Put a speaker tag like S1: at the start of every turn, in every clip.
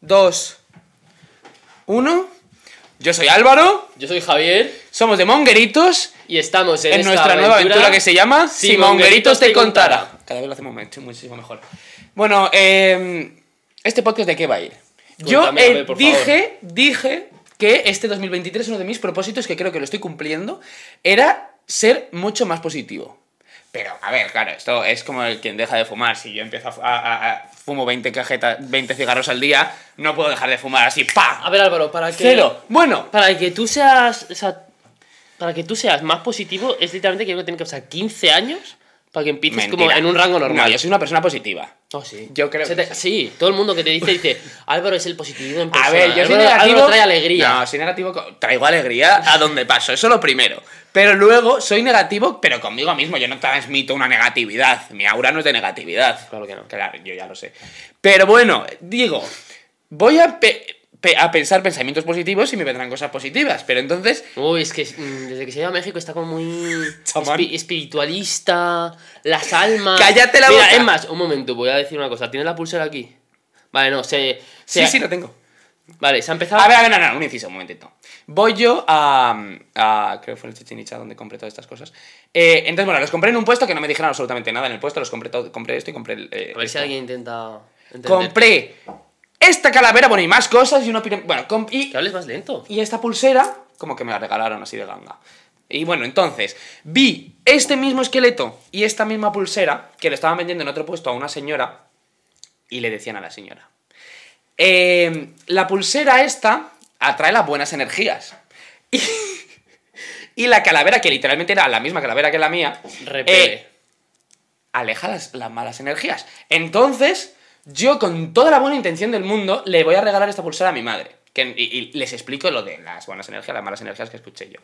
S1: 2, 1. Yo soy Álvaro,
S2: Yo soy Javier
S1: somos de Mongueritos,
S2: y estamos en,
S1: en
S2: esta
S1: nuestra nueva aventura que se llama
S2: Si
S1: Si Mongueritos
S2: Mongueritos
S1: te
S2: te
S1: contara.
S2: contara.
S1: Cada vez lo hacemos me- muchísimo mejor. Bueno, eh, ¿este podcast de qué va a ir? Yo
S2: Cuéntame, a
S1: eh,
S2: ver, por
S1: dije, dije que este 2023, uno de mis propósitos, que creo que lo estoy cumpliendo, era ser mucho más positivo. Pero, a ver, claro, esto es como el quien deja de fumar. Si yo empiezo a, fu- a- a- a- fumo 20 cajetas, 20 cigarros al día, no puedo dejar de fumar así, ¡pa!
S2: A ver Álvaro, para que
S1: Cero. Bueno,
S2: para que tú seas o sea, para que tú seas más positivo es literalmente que creo que tiene que pasar 15 años para que empieces como
S1: mentira.
S2: en un rango normal.
S1: No, yo soy una persona positiva.
S2: No, sí.
S1: Yo creo
S2: Se
S1: que
S2: te- sí, todo el mundo que te dice dice, Álvaro es el positivo en persona.
S1: A ver, yo soy
S2: Álvaro,
S1: negativo.
S2: Álvaro trae alegría.
S1: No, soy negativo. co- Traigo alegría a donde paso, eso lo primero. Pero luego soy negativo, pero conmigo mismo. Yo no transmito una negatividad. Mi aura no es de negatividad.
S2: Claro que no.
S1: Claro, yo ya lo sé. Pero bueno, digo, voy a, pe- pe- a pensar pensamientos positivos y me vendrán cosas positivas. Pero entonces,
S2: Uy, es que mm, desde que se ha ido a México está como muy
S1: Chamán.
S2: espi- espiritualista, las almas.
S1: ¡Cállate la
S2: Mira,
S1: boca!
S2: Es más, un momento, voy a decir una cosa. ¿Tienes la pulsera aquí? Vale, no, se. se-
S1: sí, sí, lo tengo.
S2: Vale, se ha empezado.
S1: A ver, a ver, no, no, un inciso, un momentito. Voy yo a. a- creo que fue el Chichen Itza donde compré todas estas cosas. Eh, entonces, bueno, los compré en un puesto que no me dijeron absolutamente nada en el puesto. Los compré todo, compré esto y compré. el, eh,
S2: A ver si
S1: esto.
S2: alguien intenta. entender.
S1: Compré esta calavera, bueno, y más cosas, y una piram- Bueno, com- y,
S2: Que hables más lento.
S1: y esta pulsera, como que me la regalaron así de ganga. Y bueno, entonces, vi este mismo esqueleto y esta misma pulsera que le estaban vendiendo en otro puesto a una señora y le decían a la señora. "Eh, la pulsera esta atrae las buenas energías. Y, y la calavera, que literalmente era la misma calavera que la mía,
S2: Repele.
S1: eh, aleja las, las malas energías. Entonces, yo con toda la buena intención del mundo le voy a regalar esta pulsera a mi madre. Que, y, y les explico lo de las buenas energías, las malas energías que escuché yo.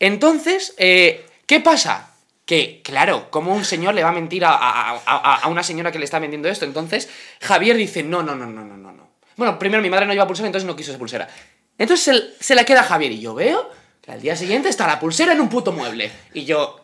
S1: Entonces, eh, ¿qué pasa? Que, claro, como un señor le va a mentir a, a- a- a- a una señora que le está vendiendo esto? Entonces, Javier dice, no, no, no, no, no, no, no. Bueno, primero mi madre no lleva pulsera, entonces no quiso esa pulsera. Entonces se, se la queda a Javier y yo veo que al día siguiente está la pulsera en un puto mueble. Y yo,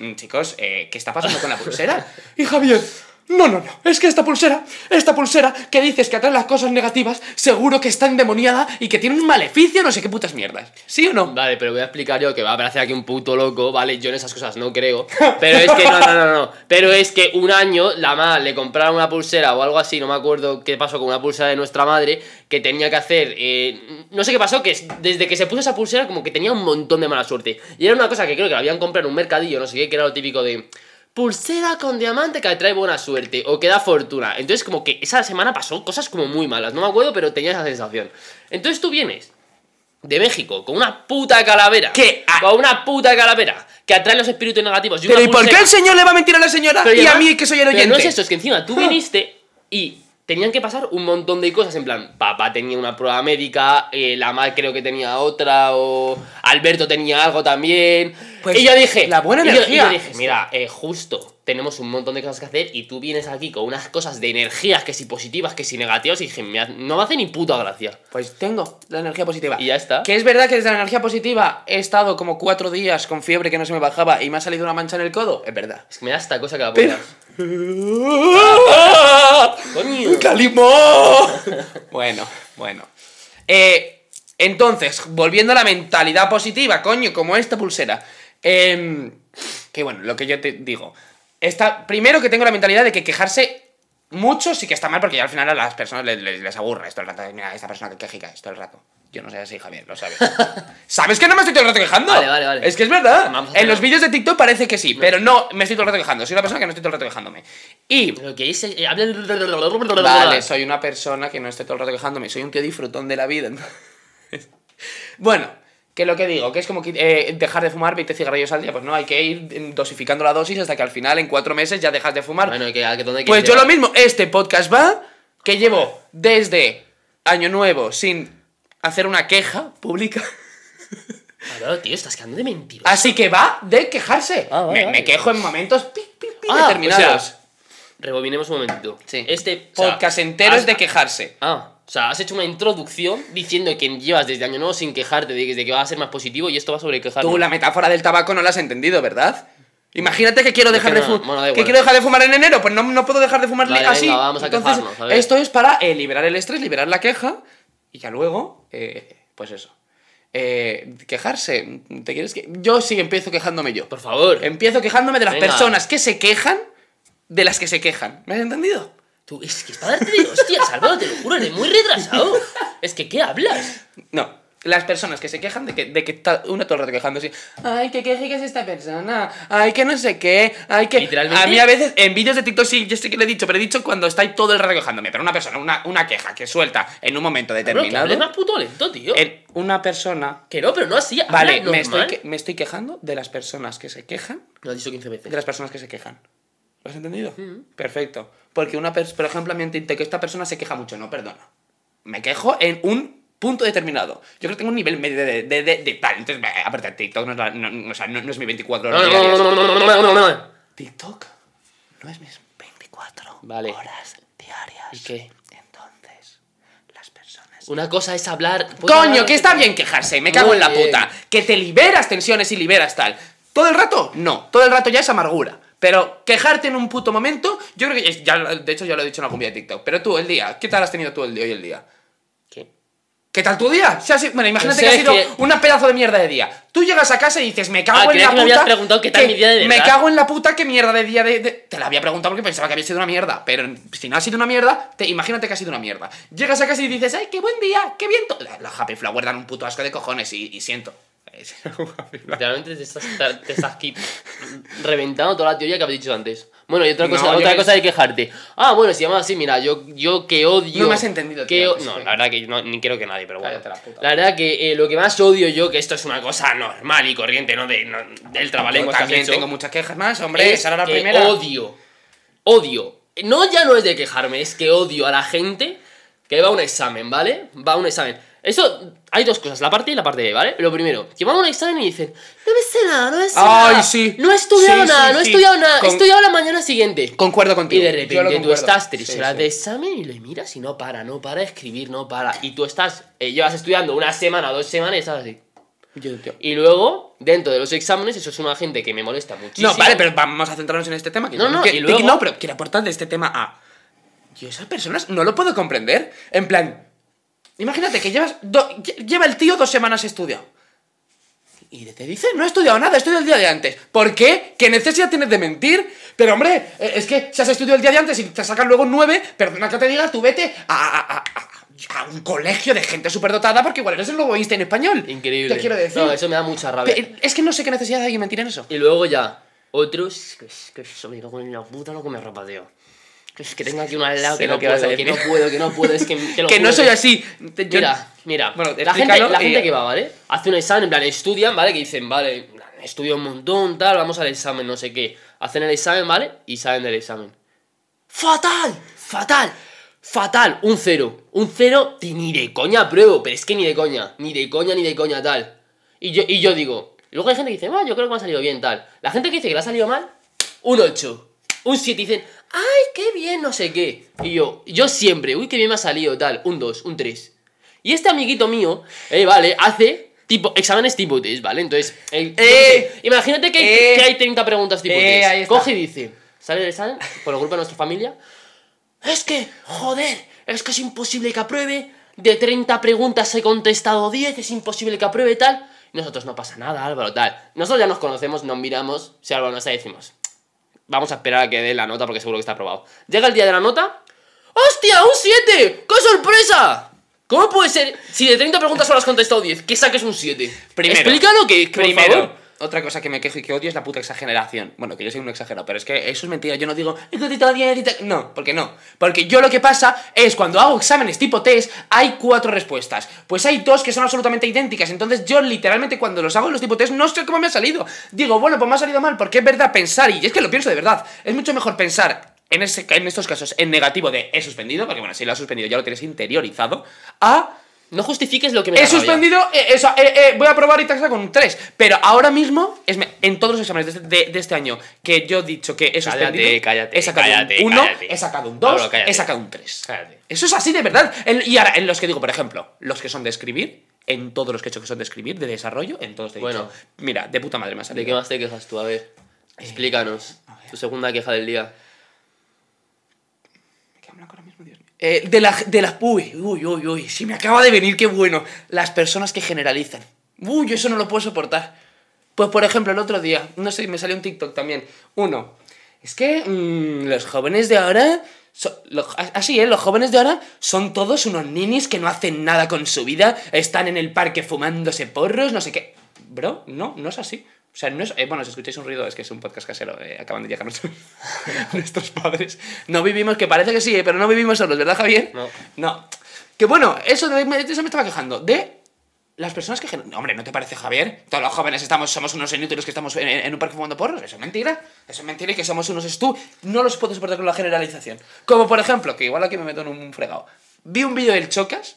S1: "Mm, chicos, eh, ¿qué está pasando con la pulsera? Y Javier... No, no, no, es que esta pulsera, esta pulsera que dices que atrae las cosas negativas, seguro que está endemoniada y que tiene un maleficio, no sé qué putas mierdas. ¿Sí o no?
S2: Vale, pero voy a explicar yo que va a aparecer aquí un puto loco, ¿vale? Yo en esas cosas no creo. Pero es que, no, no, no, no. Pero es que un año la madre le compraron una pulsera o algo así, no me acuerdo qué pasó con una pulsera de nuestra madre, que tenía que hacer. eh, no sé qué pasó, que es- desde que se puso esa pulsera, como que tenía un montón de mala suerte. Y era una cosa que creo que la habían comprado en un mercadillo, no sé qué, que era lo típico de. Pulsera con diamante que atrae buena suerte o que da fortuna. Entonces, como que esa semana pasó cosas como muy malas, no me acuerdo, pero tenía esa sensación. Entonces tú vienes de México con una puta calavera.
S1: ¿Qué? Ah.
S2: Con una puta calavera que atrae los espíritus negativos.
S1: Pero
S2: una
S1: ¿y por qué
S2: pulsera-
S1: el señor le va a mentir a la señora
S2: Pero
S1: y a
S2: además-
S1: mí que soy el
S2: pero
S1: oyente?
S2: no es esto, es que encima tú viniste y tenían que pasar un montón de cosas. En plan, papá tenía una prueba médica, eh, la madre creo que tenía otra, o Alberto tenía algo también.
S1: Pues,
S2: y yo dije,
S1: la buena
S2: y yo- y yo
S1: energía.
S2: dije, mira, eh, justo tenemos un montón de cosas que hacer y tú vienes aquí con unas cosas de energías que si positivas, que si negativas. Y dije, me ha- no me hace ni puta gracia.
S1: Pues tengo la energía positiva.
S2: Y ya está.
S1: Que es verdad que desde la energía positiva he estado como cuatro días con fiebre que no se me bajaba y me ha salido una mancha en el codo. Es verdad.
S2: Es que me da esta cosa que la puta. Coño.
S1: ¡Calimó! bueno, bueno. Eh, entonces, volviendo a la mentalidad positiva, coño, como esta pulsera. Em, que bueno, lo que yo te digo. Está, primero que tengo la mentalidad de que quejarse mucho sí que está mal, porque ya al final a las personas les, les, les aburre esto el rato. de, Mira, esta persona que quejica esto el rato. Yo no sé así, Javier, lo sabes. ¿Sabes que no me estoy todo el rato quejando?
S2: Vale, vale, vale.
S1: Es que es verdad.
S2: Vamos a
S1: En
S2: hacer-
S1: los vídeos de TikTok parece que sí, pero no, me estoy todo el rato quejando. Soy una persona que no estoy todo el rato quejándome. Y
S2: Lo que hice. eh,
S1: Vale, soy una persona que no esté todo el rato quejándome, soy un tío disfrutón de la vida. bueno, que lo que digo, que es como que, eh, dejar de fumar 20 cigarrillos al día, pues no, hay que ir eh, dosificando la dosis hasta que al final en cuatro meses ya dejas de fumar.
S2: Bueno, ¿y qué- a qué- dónde
S1: pues
S2: quieres
S1: yo
S2: llegar?
S1: lo mismo, este podcast va, que llevo desde Año Nuevo sin hacer una queja pública.
S2: Álvaro, tío, estás quedando de mentiras.
S1: Así que va de quejarse.
S2: Ah, vale,
S1: me, me
S2: vale.
S1: quejo en momentos pi, pi, pi
S2: Ah,
S1: determinados.
S2: o sea, Rebobinemos un momentito.
S1: Sí.
S2: Este o sea,
S1: podcast entero
S2: has-
S1: es de quejarse.
S2: Ah, o sea, has hecho una introducción diciendo que llevas desde Año Nuevo sin quejarte de que, de que vas a ser más positivo y esto va sobre quejarte.
S1: Tú la metáfora del tabaco no la has entendido, ¿verdad? Imagínate que quiero
S2: Es que
S1: dejar de
S2: no,
S1: fumar.
S2: bueno, da igual.
S1: que quiero dejar de fumar en enero, pues no, no puedo dejar de fumar li-
S2: Vale,
S1: así.
S2: venga, vamos a
S1: Entonces,
S2: quejarnos, a ver.
S1: esto es para eh, liberar el estrés, liberar la queja y ya luego, eh, pues eso. Eh, quejarse, ¿te quieres que yo sí empiezo quejándome yo?
S2: Por favor.
S1: Empiezo quejándome de las
S2: Venga.
S1: personas que se quejan de las que se quejan. ¿Me has entendido?
S2: Tú, es que está darte de hostias, Álvaro, te lo juro, eres muy retrasado. Es que, ¿qué hablas?
S1: No. Las personas que se quejan de que, de que está una todo el rato quejándose. Ay, que queje que es esta persona. Ay, que no sé qué. Ay, que.
S2: Literalmente.
S1: A mí a veces en vídeos de TikTok sí, yo sé que lo he dicho, pero he dicho cuando estáis todo el rato quejándome. Pero una persona, una, una queja que suelta en un momento
S2: Álvaro, que
S1: determinado.
S2: hables más puto lento, tío.
S1: en una persona.
S2: Que no, pero no así. habla
S1: Vale, me estoy,
S2: Ah, normal.
S1: que- me estoy quejando de las personas que se quejan
S2: Lo has dicho 15
S1: de
S2: veces.
S1: las personas que se quejan. ¿Lo has entendido? Perfecto. Porque una pers- por ejemplo, a mí me entiende que esta persona se queja mucho, no perdona. Me quejo en un punto determinado. Yo creo que tengo un nivel medio de, de, de, de- de tal. Entonces, bah, aparte, TikTok no es, la- no- no- o sea, no- no es mi 24 horas
S2: No, no, no,
S1: diarias.
S2: no, no, no, no, no, no, no, no.
S1: TikTok no es mis 24
S2: Vale.
S1: horas diarias.
S2: ¿Y qué?
S1: Entonces, las personas...
S2: Una cosa es hablar. Puedes
S1: Coño,
S2: hablar-
S1: que está bien quejarse, me cago
S2: Muy
S1: en la
S2: bien.
S1: puta. Que te liberas tensiones y liberas tal. ¿Todo el rato? No, todo el rato ya es amargura. Pero quejarte en un puto momento, yo creo que es- ya, lo- de hecho ya lo he dicho en algún vídeo de TikTok. Pero tú, el día, ¿qué tal has tenido tú el día, hoy el día?
S2: ¿Qué?
S1: ¿Qué tal tu día? Si ha sido- bueno, imagínate
S2: Pues
S1: que ha
S2: es
S1: sido
S2: que-
S1: una pedazo de mierda de día. Tú llegas a casa y dices, me cago
S2: Ah,
S1: en
S2: creía
S1: la
S2: que
S1: puta.
S2: me habías preguntado qué tal mi día de
S1: me
S2: verdad.
S1: cago en la puta, qué mierda de día de, de- Te la había preguntado porque pensaba que había sido una mierda. Pero si no ha sido una mierda, te... imagínate que ha sido una mierda. Llegas a casa y dices, ay, qué buen día, qué viento. La- Los Happy Flower dan un puto asco de cojones y, y siento. Es un happy flower.
S2: Realmente te estás, te estás aquí reventando toda la teoría que habéis dicho antes. Bueno, y otra cosa,
S1: No, yo
S2: otra
S1: que-
S2: cosa de quejarte. Ah, bueno, se llama así, mira, yo, yo que odio.
S1: No me has entendido,
S2: que
S1: tío,
S2: o-
S1: es
S2: No,
S1: que-
S2: la verdad que yo no, ni quiero que nadie, pero bueno.
S1: Cállate la puta.
S2: La verdad que eh, lo que más odio yo, que esto es una cosa normal y corriente, ¿no? De, no del
S1: Yo
S2: trabalenguas
S1: pues
S2: que has
S1: también
S2: hecho,
S1: tengo muchas quejas más, hombre.
S2: es
S1: Esa era la
S2: que
S1: primera.
S2: Odio. Odio. No, ya no es de quejarme, es que odio a la gente que va a un examen, ¿vale? Va a un examen. Eso, hay dos cosas, la parte y la parte B, ¿vale? Lo primero, que van a un examen y dicen, no me sé nada, no me sé
S1: Ay,
S2: nada.
S1: sí.
S2: No he estudiado
S1: Sí, sí,
S2: nada, no he
S1: sí.
S2: estudiado nada,
S1: Con-
S2: he estudiado la mañana siguiente.
S1: Concuerdo contigo.
S2: Y
S1: Yo
S2: de
S1: lo
S2: repente tú
S1: concuerdo.
S2: estás tres
S1: Sí,
S2: horas
S1: sí.
S2: de examen y le miras y no para, no para de escribir, no para. Y tú estás, eh, llevas estudiando una semana, dos semanas y estás así.
S1: Yo- yo-
S2: Y luego, dentro de los exámenes, eso es una gente que me molesta muchísimo.
S1: No, vale, pero vamos a centrarnos en este tema. Que
S2: No,
S1: yo
S2: no,
S1: que-
S2: y luego-
S1: no, pero quiero aportar de este tema a. Yo esas personas no lo puedo comprender. En plan, imagínate que llevas do- lle- lleva el tío dos semanas estudiado. Y te dice, no he estudiado nada, he estudiado el día de antes. ¿Por qué? ¿Qué necesidad tienes de mentir? Pero hombre, eh, es que si has estudiado el día de antes y te sacan luego nueve, perdona que te diga, tú vete a, a- a- a- a un colegio de gente superdotada porque igual eres el nuevo Einstein español.
S2: Increíble.
S1: Te quiero decir.
S2: No, eso me da mucha rabia.
S1: Pe- Es que no sé qué necesidad hay de mentir en eso.
S2: Y luego ya, otros, que es que soy loco en la puta lo que me rapateo. Que es que tengo aquí una al lado
S1: Sé
S2: que
S1: lo
S2: no,
S1: que vas a
S2: puedo, que no
S1: decir.
S2: puedo, que no puedo, es que te lo
S1: que no
S2: juro
S1: soy así. Te- yo-
S2: Mira, mira,
S1: Este, Bueno,
S2: la, gente,
S1: explícalo
S2: la
S1: y-
S2: gente que va, ¿vale? Hace un examen, en plan, estudian, ¿vale? Que dicen, vale, estudio un montón, tal, vamos al examen, no sé qué. Hacen el examen, ¿vale? Y salen del examen. ¡Fatal! ¡Fatal! ¡Fatal! Un cero. Un cero, de- ni de coña pruebo, pero es que ni de coña. Ni de coña, ni de coña, tal. Y yo, y yo digo, luego hay gente que dice, bueno, yo creo que me ha salido bien, tal. La gente que dice que le ha salido mal, un 8. Un 7 dicen, ¡ay, qué bien! No sé qué. Y yo, yo siempre, uy, qué bien me ha salido, tal. Un 2, un 3. Y este amiguito mío, eh, vale, hace tipo, exámenes tipo test, ¿vale? Entonces, eh,
S1: Eh,
S2: yo qué sé, imagínate que,
S1: eh,
S2: que hay 30 preguntas tipo
S1: eh,
S2: test.
S1: ahí está.
S2: Coge y dice, sale del examen, por el grupo de nuestra familia, es que, joder, es que es imposible que apruebe. De 30 preguntas he contestado 10, es imposible que apruebe tal. Y Nosotros no pasa nada, Álvaro, tal. Nosotros ya nos conocemos, nos miramos, si Álvaro no está, decimos, vamos a esperar a que dé la nota porque seguro que está aprobado. Llega el día de la nota. ¡Hostia! ¡Un 7! ¡Qué sorpresa! ¿Cómo puede ser? Si de 30 preguntas solo has contestado 10, que saques un 7.
S1: Primero.
S2: Explícalo que, que, por
S1: Primero,
S2: favor.
S1: otra cosa que me quejo y que odio es la puta exageración. Bueno, que yo soy un exagerado, pero es que eso es mentira. Yo no digo, "He contestado 10 y tal". No, porque no. Porque yo lo que pasa es cuando hago exámenes tipo test, hay cuatro respuestas. Pues hay dos que son absolutamente idénticas. Entonces yo literalmente cuando los hago en los tipo test no sé cómo me ha salido. Digo, bueno, pues me ha salido mal, porque es verdad pensar, y es que lo pienso de verdad. Es mucho mejor pensar. En, ese, en estos casos, en negativo de he suspendido, porque bueno, si lo has suspendido ya lo tienes interiorizado, a
S2: No justifiques lo que me da
S1: He
S2: rabia.
S1: suspendido, eh, o sea, eh, eh, voy a probar y te saco un 3. Pero ahora mismo, es me- en todos los exámenes de, de- de este año que yo he dicho que he suspendido,
S2: Cállate, cállate,
S1: he sacado
S2: cállate,
S1: un 1,
S2: cállate.
S1: he sacado un 2,
S2: Pablo, cállate.
S1: he sacado un 3.
S2: Cállate.
S1: Eso es así de verdad. En- y ahora, en los que digo, por ejemplo, los que son de escribir, en todos los que he hecho que son de escribir, de desarrollo, en todos te he
S2: Bueno.
S1: dicho, mira, de puta madre me ha salido.
S2: ¿De qué más te quejas tú? A ver. Explícanos.
S1: Eh, a ver.
S2: Tu segunda queja del día.
S1: Me queda blanco ahora mismo, Dios mío. Eh, de la, de la, uy, uy, uy, uy, si me acaba de venir, qué bueno. Las personas que generalizan. Uy, yo eso no lo puedo soportar. Pues, por ejemplo, el otro día, no sé, me salió un TikTok también. Uno, es que mm, los jóvenes de ahora. so- lo- así, ¿eh? Los jóvenes de ahora son todos unos ninis que no hacen nada con su vida, están en el parque fumándose porros, no sé qué. Bro, no, no es así. O sea, no es. eh, bueno, si escucháis un ruido, es que es un podcast casero, eh, acaban de llegar nuestros, nuestros padres. No vivimos, que parece que sí, eh, pero no vivimos solos, ¿verdad, Javier?
S2: No.
S1: No. Que bueno, eso, de, de eso me estaba quejando. De las personas que... gener- Hombre, ¿no te parece, Javier? Todos los jóvenes estamos, somos unos inútiles que estamos en, en un parque fumando porros. Eso es mentira. Eso es mentira y que somos unos estú. No los puedo soportar con la generalización. Como por ejemplo, que igual aquí me meto en un fregado. Vi un vídeo del Chocas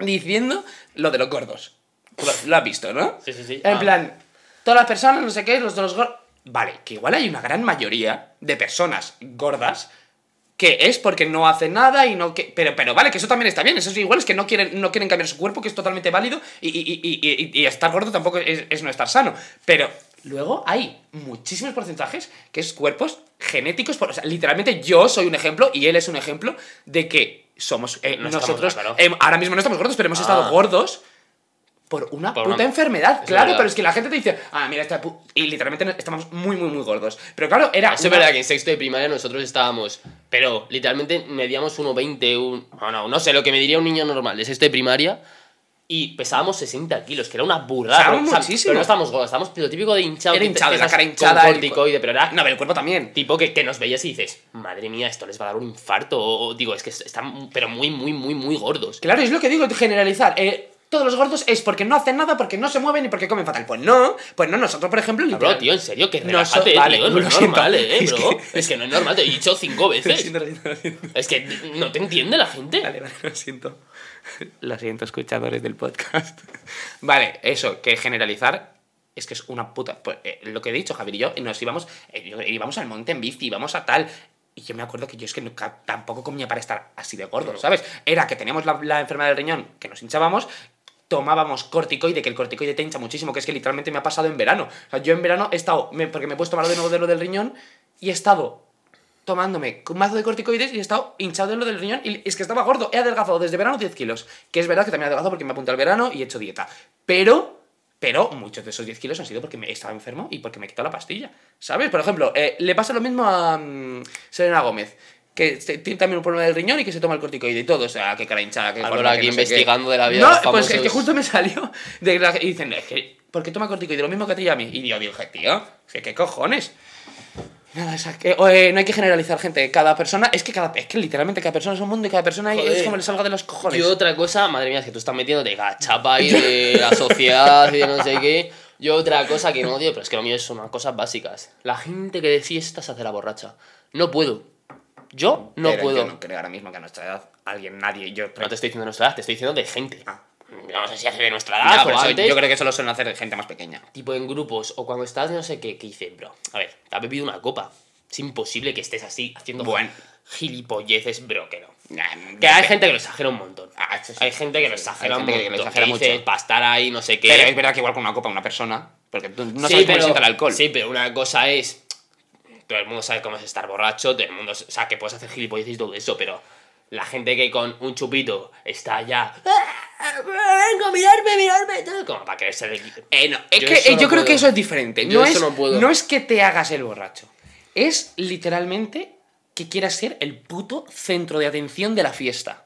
S1: diciendo lo de los gordos. Tú Lo, lo has visto, ¿no?
S2: Sí, sí, sí.
S1: En
S2: Ah.
S1: plan, todas las personas, no sé qué, los de los gordos... Vale, que igual hay una gran mayoría de personas gordas que es porque no hace nada y no que pero pero vale que eso también está bien eso es igual es que no quieren no quieren cambiar su cuerpo que es totalmente válido y, y- y- y- y estar gordo tampoco es, es no estar sano pero luego hay muchísimos porcentajes que es cuerpos genéticos por- o sea, literalmente yo soy un ejemplo y él es un ejemplo de que somos eh,
S2: No estamos,
S1: nosotros
S2: claro.
S1: em, ahora mismo no estamos gordos pero hemos
S2: Ah.
S1: estado gordos por una
S2: Por
S1: puta
S2: una-
S1: enfermedad
S2: Es
S1: claro
S2: verdad.
S1: pero es que la gente te dice ah mira esta pu-". y literalmente no- estamos muy muy muy gordos pero claro era
S2: Ah, Eso es
S1: una-
S2: verdad que en sexto de primaria nosotros estábamos, pero literalmente medíamos 1,20, un, no, no, no sé, lo que me diría un niño normal de sexto de primaria y pesábamos 60 kilos, que era una burrada.
S1: Pesábamos
S2: pero, o sea,
S1: muchísimo.
S2: Pero no estábamos gordos, estábamos lo típico de hinchado.
S1: Era
S2: que te
S1: hinchado, la
S2: pesas
S1: cara
S2: con
S1: hinchada, el
S2: corticoide, pero era
S1: no pero el cuerpo también
S2: tipo que, que nos veías y dices, madre mía, esto les va a dar un infarto, o, o digo, es que están, pero muy, muy, muy, muy gordos.
S1: Claro, es lo que digo, generalizar. Eh, todos los gordos es porque no hacen nada, porque no se mueven y porque comen fatal. Pues no, pues no, nosotros, por ejemplo,
S2: Bro,
S1: literal-
S2: tío, en serio, que
S1: No, eso-
S2: relájate,
S1: vale,
S2: tío,
S1: lo
S2: no es
S1: siento.
S2: normal, eh,
S1: Es
S2: bro.
S1: que-
S2: Es que no es normal, te he dicho cinco
S1: Lo
S2: veces.
S1: siento, lo siento, lo siento.
S2: Es que no te entiende la gente.
S1: Vale, vale, lo siento. Lo siento, escuchadores del podcast. Vale, eso, que generalizar es que es una puta. pues, eh, lo que he dicho, Javier y yo, nos íbamos, eh, yo- íbamos al monte en bici, íbamos a tal. Y yo me acuerdo que yo es que nunca- tampoco comía para estar así de gordo, ¿sabes? Era que teníamos la, la enfermedad del riñón, que nos hinchábamos, tomábamos corticoide, que el corticoide te hincha muchísimo, que es que literalmente me ha pasado en verano. O sea, yo en verano he estado, me- porque me he puesto malo de nuevo de lo del riñón, y he estado tomándome un mazo de corticoides y he estado hinchado en lo del riñón y es que estaba gordo, he adelgazado desde verano 10 kilos, que es verdad que también he adelgazado porque me apunté al verano y he hecho dieta, pero, pero muchos de esos 10 kilos han sido porque me estaba enfermo y porque me he quitado la pastilla, ¿sabes? Por ejemplo, eh, le pasa lo mismo a mm, Selena Gómez, que se- tiene también un problema del riñón y que se toma el corticoide y todo, o sea, qué cara hinchada, qué
S2: Álvaro
S1: gorda,
S2: aquí
S1: que no sé qué.
S2: investigando de la vida
S1: No,
S2: de los
S1: pues es que
S2: famosos.
S1: justo me salió de la- y dicen, es que, ¿por qué toma corticoide? Lo mismo que a ti y a mí. Y yo dije, tío, ¿qué, qué cojones? Nada, o sea, que- o, eh, no hay que generalizar, gente. Cada persona. Es que, cada, es que literalmente cada persona es un mundo y cada persona es
S2: Joder.
S1: como le salga de los cojones.
S2: Yo otra cosa, madre mía, es que tú estás metiéndote gachapa ahí de la sociedad y de no sé qué. Yo otra cosa que no odio, pero es que lo mío son unas cosas básicas. La gente que de fiesta se hace la borracha. No puedo. Yo no
S1: Pero
S2: puedo.
S1: Yo
S2: no.
S1: no creo ahora mismo que a nuestra edad alguien, nadie. Yo,
S2: te estoy diciendo de nuestra edad, te estoy diciendo de gente.
S1: Ah.
S2: No sé si hace de nuestra
S1: Ah,
S2: edad
S1: pero
S2: o
S1: eso
S2: antes.
S1: yo creo que eso lo suelen hacer gente más pequeña.
S2: Tipo en grupos o cuando estás no sé qué, que dices, bro. A ver, te has bebido una copa. Es imposible que estés así haciendo
S1: Bueno.
S2: gilipolleces, bro, que no.
S1: Nah,
S2: Que hay gente que lo exagera un montón.
S1: Ah, eso sí.
S2: Hay gente que lo
S1: Sí,
S2: exagera
S1: hay
S2: un
S1: gente que lo
S2: montón. Que,
S1: exagera
S2: dice,
S1: mucho.
S2: para estar ahí, no sé qué.
S1: Pero es verdad que igual con una copa una persona. Porque tú no
S2: Sí,
S1: sabes cómo
S2: pero-
S1: se siente el alcohol.
S2: Sí, pero una cosa es. Todo el mundo sabe cómo es estar borracho, todo el mundo. O sea, que puedes hacer gilipolleces y todo eso, pero la gente que con un chupito está ya. "Ah, ¡Vengo, mirarme, mirarme! tal, Como para creerse de.
S1: Eh, no, es
S2: Yo
S1: que
S2: eso
S1: eh,
S2: no
S1: yo creo
S2: puedo.
S1: que eso es diferente.
S2: Yo
S1: No,
S2: eso
S1: es,
S2: no puedo.
S1: es que te hagas el borracho. Es literalmente que quieras ser el puto centro de atención de la fiesta.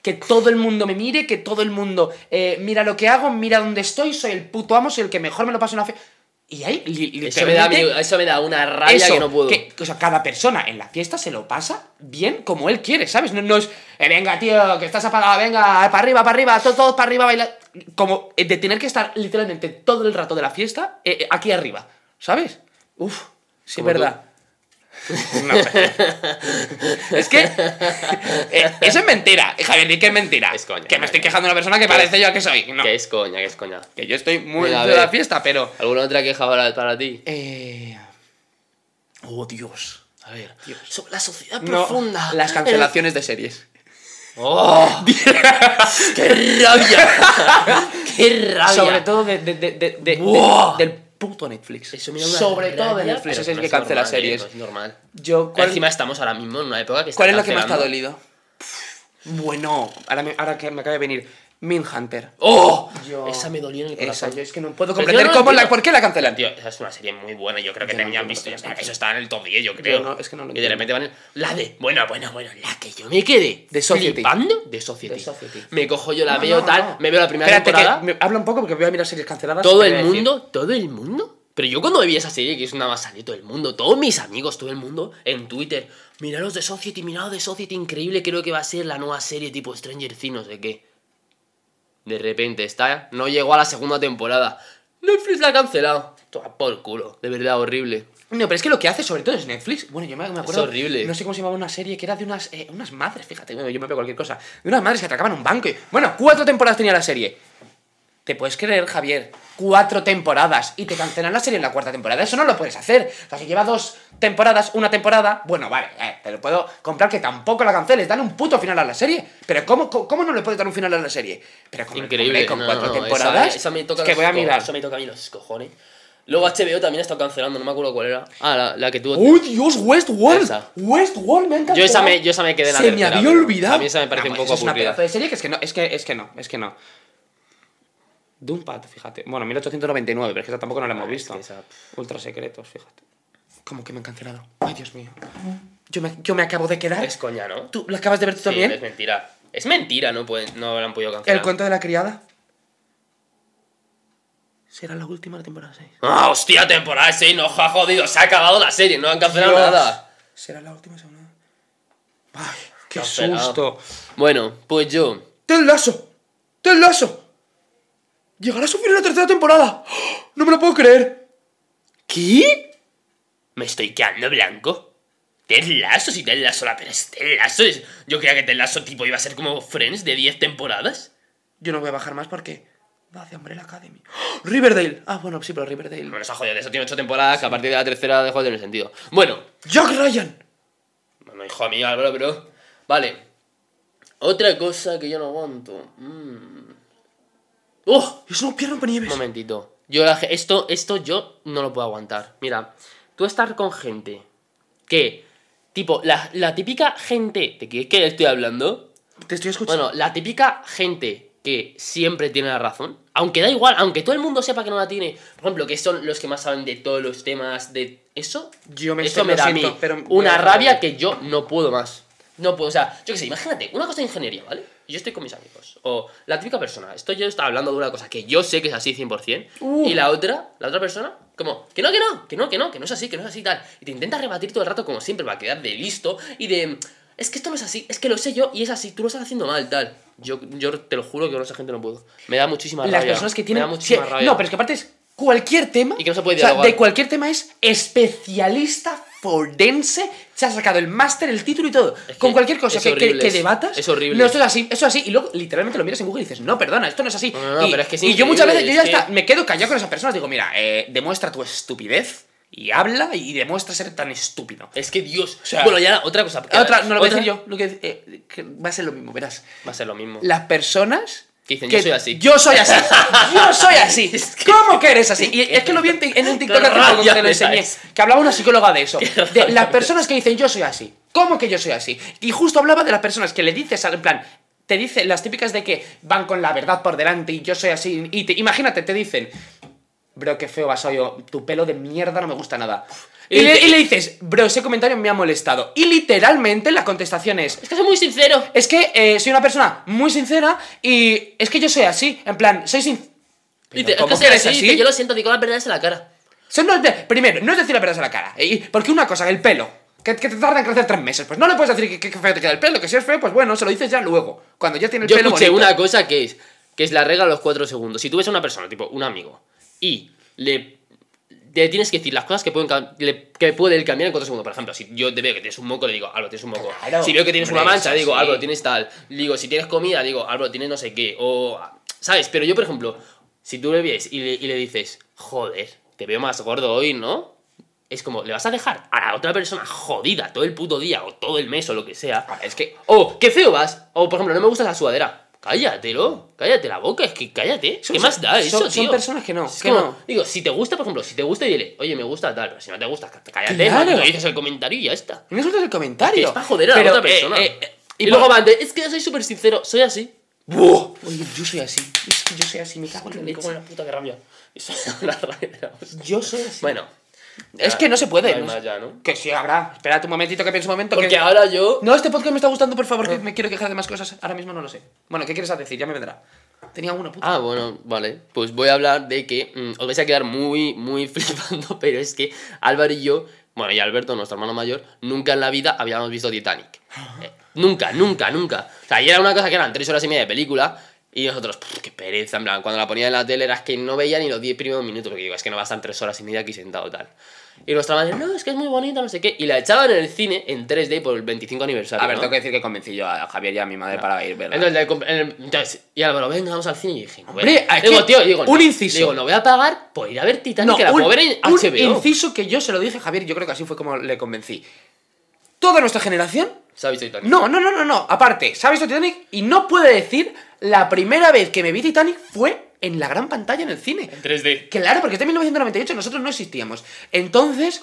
S1: Que todo el mundo me mire, que todo el mundo eh, mira lo que hago, mira dónde estoy, soy el puto amo, soy el que mejor me lo paso en la fiesta. Y ahí, li-
S2: Eso me, da,
S1: literalmente,
S2: miedo, eso me da una rabia
S1: eso,
S2: que no puedo.
S1: que- o sea, cada persona en la fiesta se lo pasa bien como él quiere, ¿sabes? No, no es, "Eh, venga, tío, que estás apagado, venga, para arriba, para arriba, todos, todos para arriba, bailar. Como eh, de tener que estar literalmente todo el rato de la fiesta eh, eh, aquí arriba, ¿sabes? Uf, sí, es
S2: Como tú.
S1: verdad. No, es que eh, eso es mentira, Javier, di que es mentira.
S2: Es coña,
S1: que me
S2: coña.
S1: estoy quejando de una persona que parece yo que soy. No,
S2: Que es coña, que es coña.
S1: que yo estoy muy
S2: Mira, a
S1: de la
S2: ver.
S1: fiesta, pero.
S2: ¿Alguna otra queja para, para ti?
S1: Eh... Oh, Dios.
S2: A ver. Sobre la sociedad
S1: No,
S2: profunda.
S1: Las
S2: El-
S1: cancelaciones de series.
S2: ¡Oh! ¡Qué rabia! ¡Qué rabia!
S1: Sobre todo de- de- de- de- de-
S2: Buah.
S1: de- del puto Netflix.
S2: Eso me da una
S1: Sobre
S2: rabia,
S1: todo de Netflix.
S2: pero
S1: Eso es el
S2: no
S1: que cancela
S2: normal,
S1: series.
S2: tío, no es normal.
S1: Yo, ¿cuál,
S2: Encima estamos ahora mismo en una época que está
S1: cuál es lo que más te ha
S2: cancelando.
S1: dolido? Bueno, ahora, me- ahora que me acaba de venir, Min Hunter.
S2: ¡Oh!
S1: Yo-
S2: Esa me dolió en el
S1: Esa,
S2: corazón.
S1: yo es que no puedo
S2: Pero
S1: comprender
S2: yo no
S1: cómo la,
S2: entiendo.
S1: por qué la cancelan, tío.
S2: Tío, esa es una serie muy buena. Yo creo que
S1: Yo no
S2: te habían
S1: entiendo por
S2: visto.
S1: qué
S2: ya está,
S1: la
S2: Eso estaba en el top 10, yo creo.
S1: no, es que no lo
S2: y de
S1: entiendo.
S2: repente van en... La de... Bueno, bueno, bueno. La que yo me quedé.
S1: De Society.
S2: flipando, De Society.
S1: De Society.
S2: Me cojo yo, la
S1: No,
S2: veo
S1: no,
S2: tal.
S1: no.
S2: Me veo la primera
S1: Espérate
S2: temporada.
S1: que me- habla un poco porque voy a mirar series canceladas. y voy
S2: Todo
S1: a
S2: el
S1: decir-
S2: mundo, todo el mundo. Pero yo cuando vi esa serie, que es una más salió todo el mundo, todos mis amigos, todo el mundo, en Twitter, miraros de Society, miraros de Society, increíble, creo que va a ser la nueva serie tipo Stranger Things, no sé qué. De repente está, no llegó a la segunda temporada. Netflix la ha cancelado. Toma por culo, de verdad, horrible.
S1: No, pero es que lo que hace sobre todo es Netflix. Bueno, yo me, me acuerdo.
S2: horrible.
S1: No sé cómo se llamaba una serie que era de unas, eh, unas madres, fíjate, bueno, yo me veo cualquier cosa. De unas madres que atracaban un banco. y- bueno, cuatro temporadas tenía la serie. ¿Te puedes creer, Javier? Cuatro temporadas y te cancelan la serie en la cuarta temporada. Eso no lo puedes hacer. O sea, si lleva dos temporadas, una temporada, bueno, vale, eh, te lo puedo comprar que tampoco la canceles. Dale un puto final a la serie. Pero ¿cómo, cómo, cómo no le puedes dar un final a la serie? Pero como
S2: Increíble.
S1: con
S2: no,
S1: cuatro
S2: no, esa-
S1: temporadas,
S2: esa me toca
S1: es que
S2: los
S1: voy a
S2: co-
S1: mirar.
S2: Eso me toca a mí los cojones. Luego HBO también ha estado cancelando, no me acuerdo cuál era. Ah, la, la que tuvo.
S1: ¡Uy, Dios! ¡Westworld!
S2: Esa.
S1: ¡Westworld! Me ha encantado.
S2: Yo esa me- yo esa me quedé en la
S1: Se me
S2: tercera,
S1: había
S2: pero
S1: olvidado.
S2: a mí esa me parece un
S1: eso
S2: poco
S1: Es
S2: aburrida.
S1: una pedazo de serie que es que no, es que, es que no, es que no. Doompad, fíjate. Bueno, 1899, pero es que esa tampoco no la hemos
S2: Ah, es
S1: visto.
S2: que esa-
S1: Ultra secretos, fíjate. ¿Cómo que me han cancelado? ¡Ay, Dios mío! Yo me, yo me acabo de quedar.
S2: Es coña, ¿no?
S1: ¿Tú la acabas de ver tú
S2: Sí,
S1: también?
S2: es mentira. Es mentira, no, pueden, no habrán podido cancelar.
S1: ¿El cuento de la criada? Será la última de la temporada 6.
S2: ¡Ah, hostia, temporada 6! ¡No, ja, jodido! Se ha acabado la serie, no han cancelado nada.
S1: Será la última semana. ¡Ay, qué
S2: Cancelado.
S1: susto!
S2: Bueno, pues yo.
S1: ¡Ted Lasso! ¡Ted Lasso! ¡Llegará a su final la tercera temporada! ¡Oh! ¡No me lo puedo creer!
S2: ¿Qué? Me estoy quedando blanco. Ted Lasso, si Ted Lasso la pero es Ted Lasso. es- Yo creía que Ted Lasso tipo iba a ser como Friends de 10 temporadas.
S1: Yo no voy a bajar más porque va de Umbrella Academy. ¡Oh! ¡Riverdale! Ah, bueno, sí, pero
S2: No
S1: Riverdale.
S2: nos ha jodido, eso tiene 8 temporadas, que a partir de la tercera dejó de tener sentido. Bueno,
S1: ¡Jack Ryan!
S2: Bueno, hijo mío, Álvaro, pero. Vale. Otra cosa que yo no aguanto. Mm. ¡Oh!
S1: ¡Es un pierna
S2: Un
S1: Nieves!
S2: momentito. Yo la ge- esto, esto yo no lo puedo aguantar. Mira, tú estar con gente que. Tipo, la, la típica gente. ¿De qué, qué estoy hablando?
S1: Te estoy escuchando.
S2: Bueno, la típica gente que siempre tiene la razón. Aunque da igual, aunque todo el mundo sepa que no la tiene. Por ejemplo, que son los que más saben de todos los temas de. Eso
S1: yo me
S2: eso me
S1: lo
S2: da a
S1: siento,
S2: mí
S1: pero-
S2: una
S1: pero-
S2: rabia que yo no puedo más. No puedo, o sea, yo qué sé, imagínate, una cosa de ingeniería, ¿vale? Yo estoy con mis amigos. O la típica persona, esto yo estaba hablando de una cosa que yo sé que es así 100%.
S1: Uh.
S2: Y la otra, la otra persona, como, que no, que no, que no, que no, que no es así, que no es así tal. Y te intenta rebatir todo el rato como siempre, va a quedar de listo y de... Es que esto no es así, es que lo sé yo y es así, tú lo estás haciendo mal, tal. Yo, yo te lo juro que con esa gente no puedo. Me da muchísima
S1: Las
S2: rabia.
S1: personas que
S2: me
S1: tienen.
S2: da muchísima
S1: sí,
S2: rabia.
S1: No, pero es que aparte es cualquier tema.
S2: Y que no se puede
S1: o sea,
S2: dialogar.
S1: de cualquier tema es especialista forense. Se ha sacado el máster, el título y todo.
S2: Es que
S1: con cualquier cosa
S2: es
S1: que, que-
S2: horrible,
S1: que
S2: es-
S1: debatas.
S2: es horrible.
S1: No, esto es así, eso es así. Y luego literalmente lo miras en Google y dices, no, perdona, esto no es así.
S2: No, no, no,
S1: y,
S2: pero es que es
S1: y yo muchas veces,
S2: increíble,
S1: yo ya
S2: es
S1: está,
S2: que-
S1: me quedo callado con esas personas. Digo, mira, eh, demuestra tu estupidez y habla y demuestra ser tan estúpido.
S2: Es que Dios.
S1: sea,
S2: bueno, ya otra cosa. porque-
S1: Otra, no lo voy a decir yo. Lo que, eh, que va a ser lo mismo, verás.
S2: Va a ser lo mismo.
S1: las personas
S2: Que dicen, "Yo soy así".
S1: Yo soy así. yo soy así. ¿Cómo que eres así? Y es que lo vi en, ti- en un TikTok
S2: Qué
S1: hace poco que
S2: rabia
S1: te lo
S2: me
S1: enseñé.
S2: dais.
S1: Que hablaba una psicóloga de eso. De
S2: rabia
S1: las
S2: me
S1: personas que dicen yo soy así. ¿Cómo que yo soy así? Y justo hablaba de las personas que le dices al en plan. Te dice las típicas de que van con la verdad por delante y yo soy así. Y te, imagínate, te dicen, bro, qué feo vas yo, tu pelo de mierda no me gusta nada. Y,
S2: Y-
S1: le, y le dices, bro, ese comentario me ha molestado. Y literalmente la contestación es,
S2: Es que soy muy sincero.
S1: es que eh, soy una persona muy sincera y es que yo soy así. En plan, soy sincero.
S2: Dice, es que soy así, dice, yo lo siento, digo las verdades en la cara.
S1: primero, no es decir la verdad a la cara. y- porque una cosa, el pelo. Que, que te tarda en crecer tres meses. Pues no le puedes decir que, que- que feo te queda el pelo. Que si es feo, pues bueno, se lo dices ya luego. Cuando ya tiene el
S2: Yo
S1: pelo
S2: escuché
S1: bonito.
S2: una cosa que es, que es la regla de los cuatro segundos. Si tú ves a una persona, tipo un amigo, y le, le tienes que decir las cosas que pueden, cam- le- que pueden cambiar en cuatro segundos. Por ejemplo, si yo te veo que tienes un moco, le digo, Álvaro, tienes un moco.
S1: Claro,
S2: si veo que tienes
S1: hombre,
S2: una mancha,
S1: eso
S2: digo,
S1: sí.
S2: Álvaro, tienes tal. Digo, si tienes comida, digo, Álvaro, tienes no sé qué. O, ¿sabes? Pero yo, por ejemplo, si tú le ves y le, y le dices, joder, te veo más gordo hoy, ¿no? Es como, le vas a dejar a la otra persona jodida todo el puto día o todo el mes o lo que sea.
S1: Ah, Es que.
S2: O, qué feo vas. O, por ejemplo, no me gusta esa sudadera. Cállatelo, cállate la boca, es que cállate. ¿Qué más da eso,
S1: son,
S2: tío?
S1: Son personas que no,
S2: Es
S1: que
S2: como,
S1: no.
S2: Digo, si te gusta, por ejemplo, si te gusta, dile, oye, me gusta tal, pero si no te gusta, c- cállate,
S1: Claro.
S2: no dices el comentario y ya está.
S1: No sueltas el comentario. eh,
S2: Es para joder a la otra persona. y,
S1: y
S2: luego
S1: por-
S2: van de, es que yo soy súper sincero, soy así.
S1: ¡Buah! Oye, yo soy así. Es que yo soy así, me cago en la
S2: Me
S1: leche.
S2: cago en la puta que rabia. Eso es una rabia de la hostia.
S1: Yo soy así.
S2: Bueno.
S1: es
S2: ya,
S1: que no se puede.
S2: No hay
S1: no
S2: más
S1: se-
S2: ya, ¿no?
S1: Que sí, habrá. Espérate un momentito, que pienso un momento.
S2: Porque
S1: que...
S2: ahora yo...
S1: No, este podcast me está gustando, por favor, que me quiero quejar de más cosas. Ahora mismo no lo sé. Bueno, ¿qué quieres decir? Ya me vendrá. Tenía una puta.
S2: Ah, bueno, vale. Pues voy a hablar de que mm, os vais a quedar muy, muy flipando, pero es que Álvaro y yo, bueno, y Alberto, nuestro hermano mayor, nunca en la vida habíamos visto Titanic. Eh, nunca, nunca, nunca. O sea, y era una cosa que eran tres horas y media de película y nosotros, "Pff, qué pereza, en plan, cuando la ponía en la tele era que no veía ni los diez primeros minutos, porque digo, es que no bastan tres horas y media aquí sentado tal. Y nuestra madre, no, es que es muy bonita, no sé qué. Y la echaban en el cine en 3D por el 25 aniversario.
S1: a ver,
S2: ¿no?
S1: tengo que decir que convencí yo a Javier y a mi madre para ir verla.
S2: Entonces, le comp- el- entonces, y Álvaro, venga, vamos al cine. Y dije, no voy a-
S1: Hombre, aquí-
S2: digo, tío, digo,
S1: un
S2: no.
S1: inciso.
S2: Digo, no voy a pagar por ir a ver Titanic, que la
S1: un-
S2: puedo ver en
S1: un
S2: HBO.
S1: inciso que yo se lo dije a Javier, yo creo que así fue como le convencí. Toda nuestra generación
S2: ¿Sabes Titanic?
S1: No, no, no, no, no. Aparte, ¿sabes visto Titanic? Y no puede decir, la primera vez que me vi Titanic fue en la gran pantalla en el cine.
S2: 3D.
S1: Claro, porque este 1998 nosotros no existíamos. Entonces,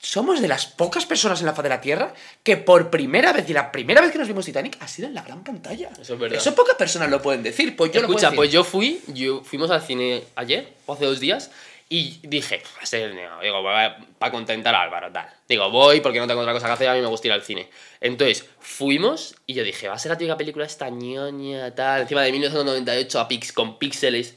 S1: somos de las pocas personas en la faz de la Tierra que por primera vez y la primera vez que nos vimos Titanic ha sido en la gran pantalla.
S2: Eso es verdad.
S1: Eso pocas personas lo pueden decir. Pues yo
S2: Escucha,
S1: lo puedo
S2: pues
S1: decir.
S2: yo fui, yo fuimos al cine ayer, o hace dos días, y dije, "Pff, este, no", digo, para contentar a Álvaro, tal. Digo, voy porque no tengo otra cosa que hacer, a mí me gusta ir al cine. Entonces, fuimos y yo dije, va a ser la típica película esta ñoña, tal, encima de 1998 a pix, con píxeles.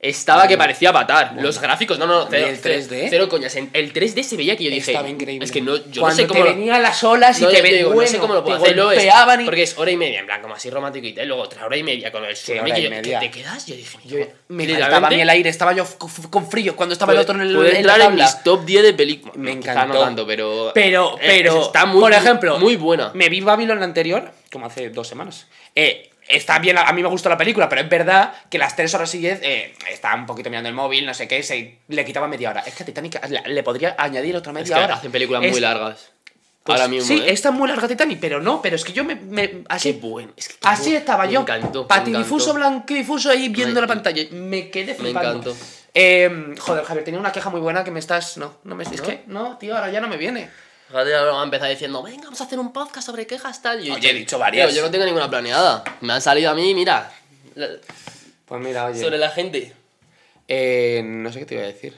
S2: Estaba que parecía Avatar. Los gráficos, no, no, no. Cero,
S1: ¿Y el 3D?
S2: Cero coñas. en- El 3D se veía que yo dije.
S1: Estaba increíble.
S2: Es que no, yo
S1: Cuando
S2: no sé cómo.
S1: te
S2: lo-
S1: venían las olas y
S2: no,
S1: te
S2: yo te
S1: ven-
S2: digo, no sé
S1: bueno,
S2: cómo lo puedo
S1: te
S2: hacer. luego es-
S1: golpeaban y-
S2: Porque es hora y media, en plan, como así romántico y tal. Luego otra hora y media con el tsunami.
S1: hora
S2: que
S1: y
S2: yo- que
S1: media.
S2: ¿Te quedas? Yo dije,
S1: Yo- me
S2: literalmente,
S1: faltaba a mí el aire, estaba yo f- con frío cuando estaba
S2: puede-
S1: el otro en, el,
S2: puede
S1: en la
S2: entrar en
S1: tabla.
S2: mis top 10 de películas.
S1: Me
S2: Quizá
S1: encantó.
S2: No tanto, pero.
S1: Pero,
S2: eh,
S1: pero,
S2: está muy,
S1: por ejemplo,
S2: Muy buena.
S1: Me vi Babylon la anterior, como hace dos semanas. Eh, está bien, a mí me gustó la película, pero es verdad que las tres horas y diez eh, estaba un poquito mirando el móvil, no sé qué, se le quitaba media hora. Es que a Titanic la- le podría añadir otra media
S2: Es que
S1: hora.
S2: hacen películas muy
S1: Es-
S2: largas.
S1: pues
S2: ahora mismo.
S1: Sí,
S2: ¿eh?
S1: está muy larga Titanic, pero no, pero es que yo me. me- así,
S2: Qué bueno, es que qué
S1: así
S2: bueno.
S1: estaba
S2: Me
S1: yo.
S2: encantó, me
S1: Patidifuso,
S2: encantó.
S1: blanquidifuso ahí viendo la
S2: Me-
S1: pantalla. Me quedé
S2: me
S1: flipando.
S2: encantó.
S1: Eh, joder, Javier, tenía una queja muy buena que me estás. No, no me. Es
S2: ¿No?
S1: que, no, tío, ahora ya no me viene.
S2: Fíjate, ahora me ha empezado diciendo, venga, vamos a hacer un podcast sobre quejas tal. Y yo
S1: Oye, he dicho varias.
S2: "Tío, Yo no tengo ninguna planeada. Me han salido a mí, mira. la-
S1: Pues mira, oye.
S2: Sobre la gente.
S1: Eh, no sé qué te iba a decir.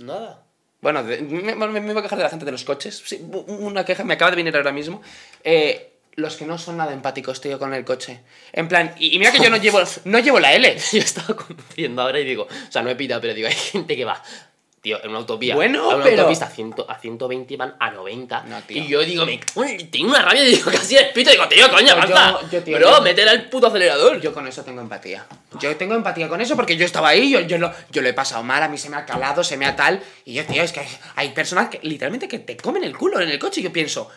S2: Nada.
S1: Bueno, de- me, me- me iba a quejar de la gente de los coches. Sí, u- una queja, me acaba de venir ahora mismo. Eh, los que no son nada empáticos, tío, con el coche. En plan, y, y mira que yo no llevo, no llevo la L.
S2: Yo estaba conduciendo ahora y digo, o sea, no he pitado, pero digo, hay gente que va, tío, en una autovía.
S1: Bueno,
S2: a una
S1: pero-
S2: autopista a, 100 a 120 y van a 90.
S1: No, tío.
S2: Y yo digo, me cago en- tengo una rabia y digo, casi despito. Digo, tío, coño,
S1: No, yo-
S2: avanza.
S1: yo, tío,
S2: Bro,
S1: yo-
S2: métele al puto acelerador.
S1: Yo con eso tengo empatía. Yo tengo empatía con eso porque yo estaba ahí, yo, yo, lo, yo lo he pasado mal, a mí se me ha calado, se me ha tal. Y yo, tío, es que hay, hay personas que literalmente que te comen el culo en el coche. Y yo pienso,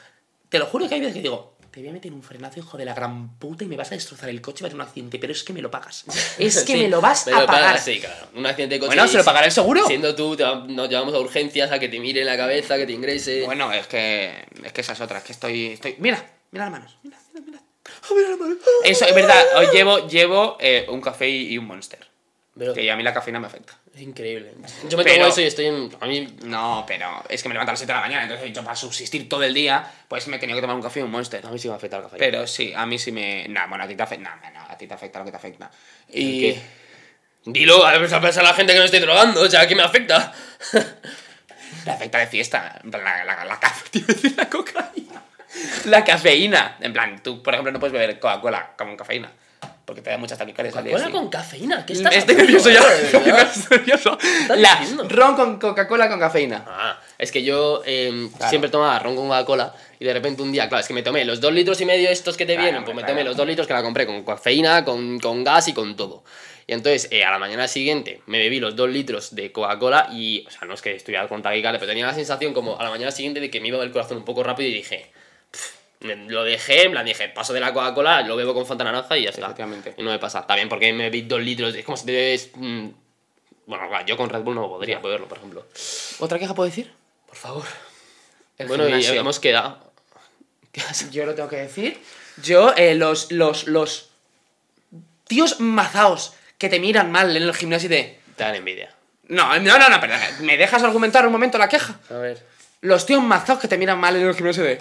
S1: te lo juro que hay veces que digo, te voy a meter un frenazo, hijo de la gran puta, y me vas a destrozar el coche, va a tener un accidente, pero es que me lo pagas. Es que
S2: Sí,
S1: me lo vas
S2: me
S1: a
S2: pagas,
S1: pagar.
S2: Sí, claro. Un accidente de coche.
S1: Bueno,
S2: y
S1: se lo
S2: si-
S1: pagará el seguro.
S2: Siendo tú, te va- nos llevamos a urgencias, a que te miren la cabeza, que te ingrese.
S1: Bueno, es que. Es que esas otras, que estoy. estoy... Mira, mira las manos. Mira, mira, mira. Ah, mira las manos. Ah. Eso es verdad, hoy llevo, llevo eh, un café y un monster.
S2: Pero-
S1: Que a mí la cafeína me afecta.
S2: Es increíble. Yo me
S1: Pero-
S2: tomo eso y estoy en. A mí.
S1: No, pero es que me levanto a las 7 de la mañana, entonces yo para subsistir todo el día, pues me he tenido que tomar un café y un monster.
S2: A mí sí me afecta el café.
S1: Pero sí, a mí sí me. Nah, bueno, a ti te afecta. Nah, nah, a ti te afecta lo que te afecta. Y.
S2: ¿Qué? Dilo a a a la gente que no estoy drogando, o sea, que me afecta.
S1: La afecta de fiesta. En plan, la, la, la, ca- te iba a decir la cocaína. La cafeína. En plan, tú, por ejemplo, no puedes beber Coca-Cola con cafeína. Porque te da muchas taquicardias al día
S2: Coca-Cola con
S1: siguiente.
S2: cafeína, ¿qué estás
S1: Mm, Estoy
S2: haciendo?
S1: nervioso ya.
S2: Eh,
S1: estoy
S2: ¿verdad?
S1: nervioso.
S2: estás
S1: La
S2: diciendo?
S1: ron con Coca-Cola con cafeína.
S2: Ah, es que yo eh,
S1: Claro.
S2: siempre tomaba ron con Coca-Cola y de repente un día, claro, es que me tomé los dos litros y medio estos que te
S1: Claro,
S2: vienen,
S1: hombre,
S2: pues me
S1: claro.
S2: tomé los dos litros que la compré con cafeína, con, con gas y con todo. Y entonces eh, a la mañana siguiente me bebí los dos litros de Coca-Cola y, o sea, no es que estuviera con taquicardia, pero tenía la sensación como a la mañana siguiente de que me iba el corazón un poco rápido y dije, "Pff", me- lo dejé, en plan dije, paso de la Coca-Cola, lo bebo con Fanta Naranja y ya está.
S1: Efectivamente.
S2: Y no me pasa. También porque me bebí dos litros, es como si te bebes... mm, bueno, claro, yo con Red Bull no podría beberlo, por ejemplo.
S1: ¿Otra queja puedo decir?
S2: Por favor.
S1: El
S2: bueno,
S1: gimnasio.
S2: y hemos quedado. ¿Qué has-
S1: Yo lo tengo que decir. Yo, eh, los, los, los tíos mazaos que te miran mal en el gimnasio y de...
S2: Te dan envidia.
S1: No, no, no, no, perdona. ¿Me dejas argumentar un momento la queja?
S2: A ver.
S1: Los tíos mazados que te miran mal en el gimnasio de...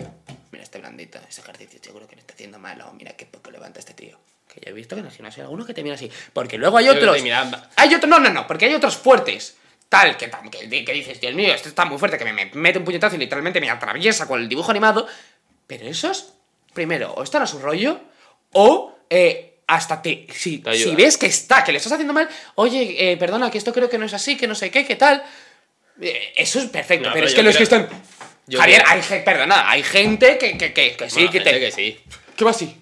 S1: Mira este blandito, ese ejercicio seguro que le está haciendo mal. O mira qué poco levanta este tío. Que yo he visto que en el gimnasio hay algunos que te miran así. Porque luego hay
S2: Yo creo que
S1: otros...
S2: te miran-
S1: Hay otros... No, no, no. Porque hay otros fuertes. Tal, que, tam- que, que dices, Dios mío, este está muy fuerte, que me, me mete un puñetazo y literalmente me atraviesa con el dibujo animado. Pero esos, primero, o están a su rollo, o eh, hasta te... Si,
S2: Te ayuda.
S1: si ves que está, que le estás haciendo mal, oye, eh, perdona, que esto creo que no es así, que no sé qué, qué tal... Eh, Eso es perfecto,
S2: No,
S1: pero,
S2: pero
S1: es
S2: yo
S1: que los que
S2: creo-
S1: están.
S2: yo
S1: Javier,
S2: creo-
S1: hay gente, perdona, hay gente que, que, que, que sí,
S2: Bueno,
S1: que
S2: gente
S1: te.
S2: que sí.
S1: ¿Qué va así?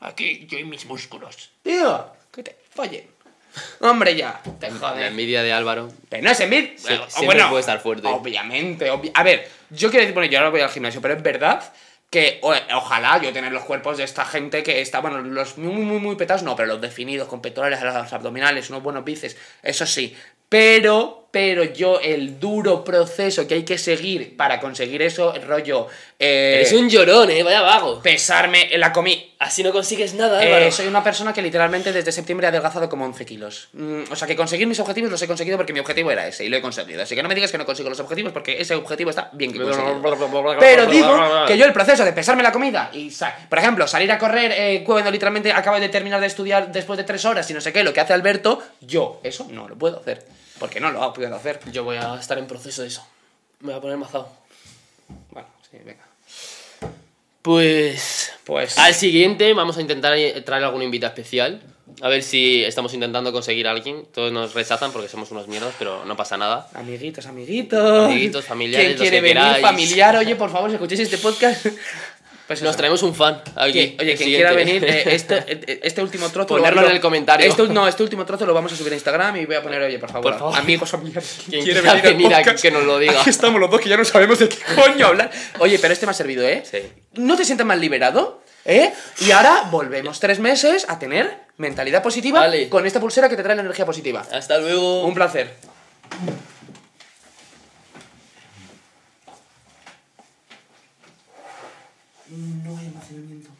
S1: Aquí yo y mis músculos. Tío, que te follen. Hombre, ya, te
S2: La
S1: joden.
S2: envidia de Álvaro.
S1: Pero no es envid.
S2: Sie- siempre puede estar fuerte.
S1: Obviamente, obvi- A ver, yo quiero decir, bueno, yo ahora voy al gimnasio, pero es verdad que o- ojalá yo tener los cuerpos de esta gente que está, bueno, los muy, muy, muy petados, no, pero los definidos, con pectorales, los abdominales, unos buenos bíceps, eso sí. Pero, pero yo, el duro proceso que hay que seguir para conseguir eso, el rollo. eh,
S2: Eres un llorón, eh. Vaya vago.
S1: Pesarme en la comida.
S2: Así no consigues nada,
S1: Eh,
S2: Álvaro.
S1: soy una persona que literalmente desde septiembre ha adelgazado como 11 kilos. Mm, o sea que conseguir mis objetivos los he conseguido porque mi objetivo era ese y lo he conseguido. Así que no me digas que no consigo los objetivos porque ese objetivo está bien que conseguido. Pero digo que yo el proceso de pesarme la comida y, sa- por ejemplo, salir a correr eh, cuando literalmente acabo de terminar de estudiar después de tres horas y no sé qué, lo que hace Alberto, yo eso no lo puedo hacer. Porque no lo puedo hacer.
S2: Yo voy a estar en proceso de eso. Me voy a poner mazado.
S1: Bueno, sí, venga.
S2: Pues.
S1: Pues...
S2: Al siguiente vamos a intentar eh, traer algún invitado especial. A ver si estamos intentando conseguir a alguien. Todos nos rechazan porque somos unos mierdas, pero no pasa nada.
S1: Amiguitos, amiguitos.
S2: Amiguitos, familiares,
S1: ¿Quién
S2: los
S1: quiere
S2: que
S1: venir?
S2: queráis.
S1: Familiar, oye, por favor, si escucháis este podcast. Pues
S2: Nos
S1: eso.
S2: traemos un fan. Aquí,
S1: Que- oye,
S2: el
S1: quien
S2: siguiente.
S1: quiera venir, eh, este, eh, este último trozo. lo-
S2: Ponerlo
S1: lo-
S2: en el comentario.
S1: este- no, este último trozo lo vamos a subir a Instagram y voy a poner, oye, por favor,
S2: Por favor.
S1: amigos, familiares.
S2: Quien quiera
S1: al
S2: venir aquí,
S1: podcast,
S2: que nos lo diga.
S1: Aquí estamos los dos que ya no sabemos de qué coño hablar. Oye, pero este me ha servido, ¿eh?
S2: Sí.
S1: ¿No te sientas más liberado? ¿Eh? Y ahora volvemos tres meses a tener mentalidad positiva
S2: Vale.
S1: con esta pulsera que te trae la energía positiva.
S2: Hasta luego.
S1: Un placer.
S3: No hay almacenamiento.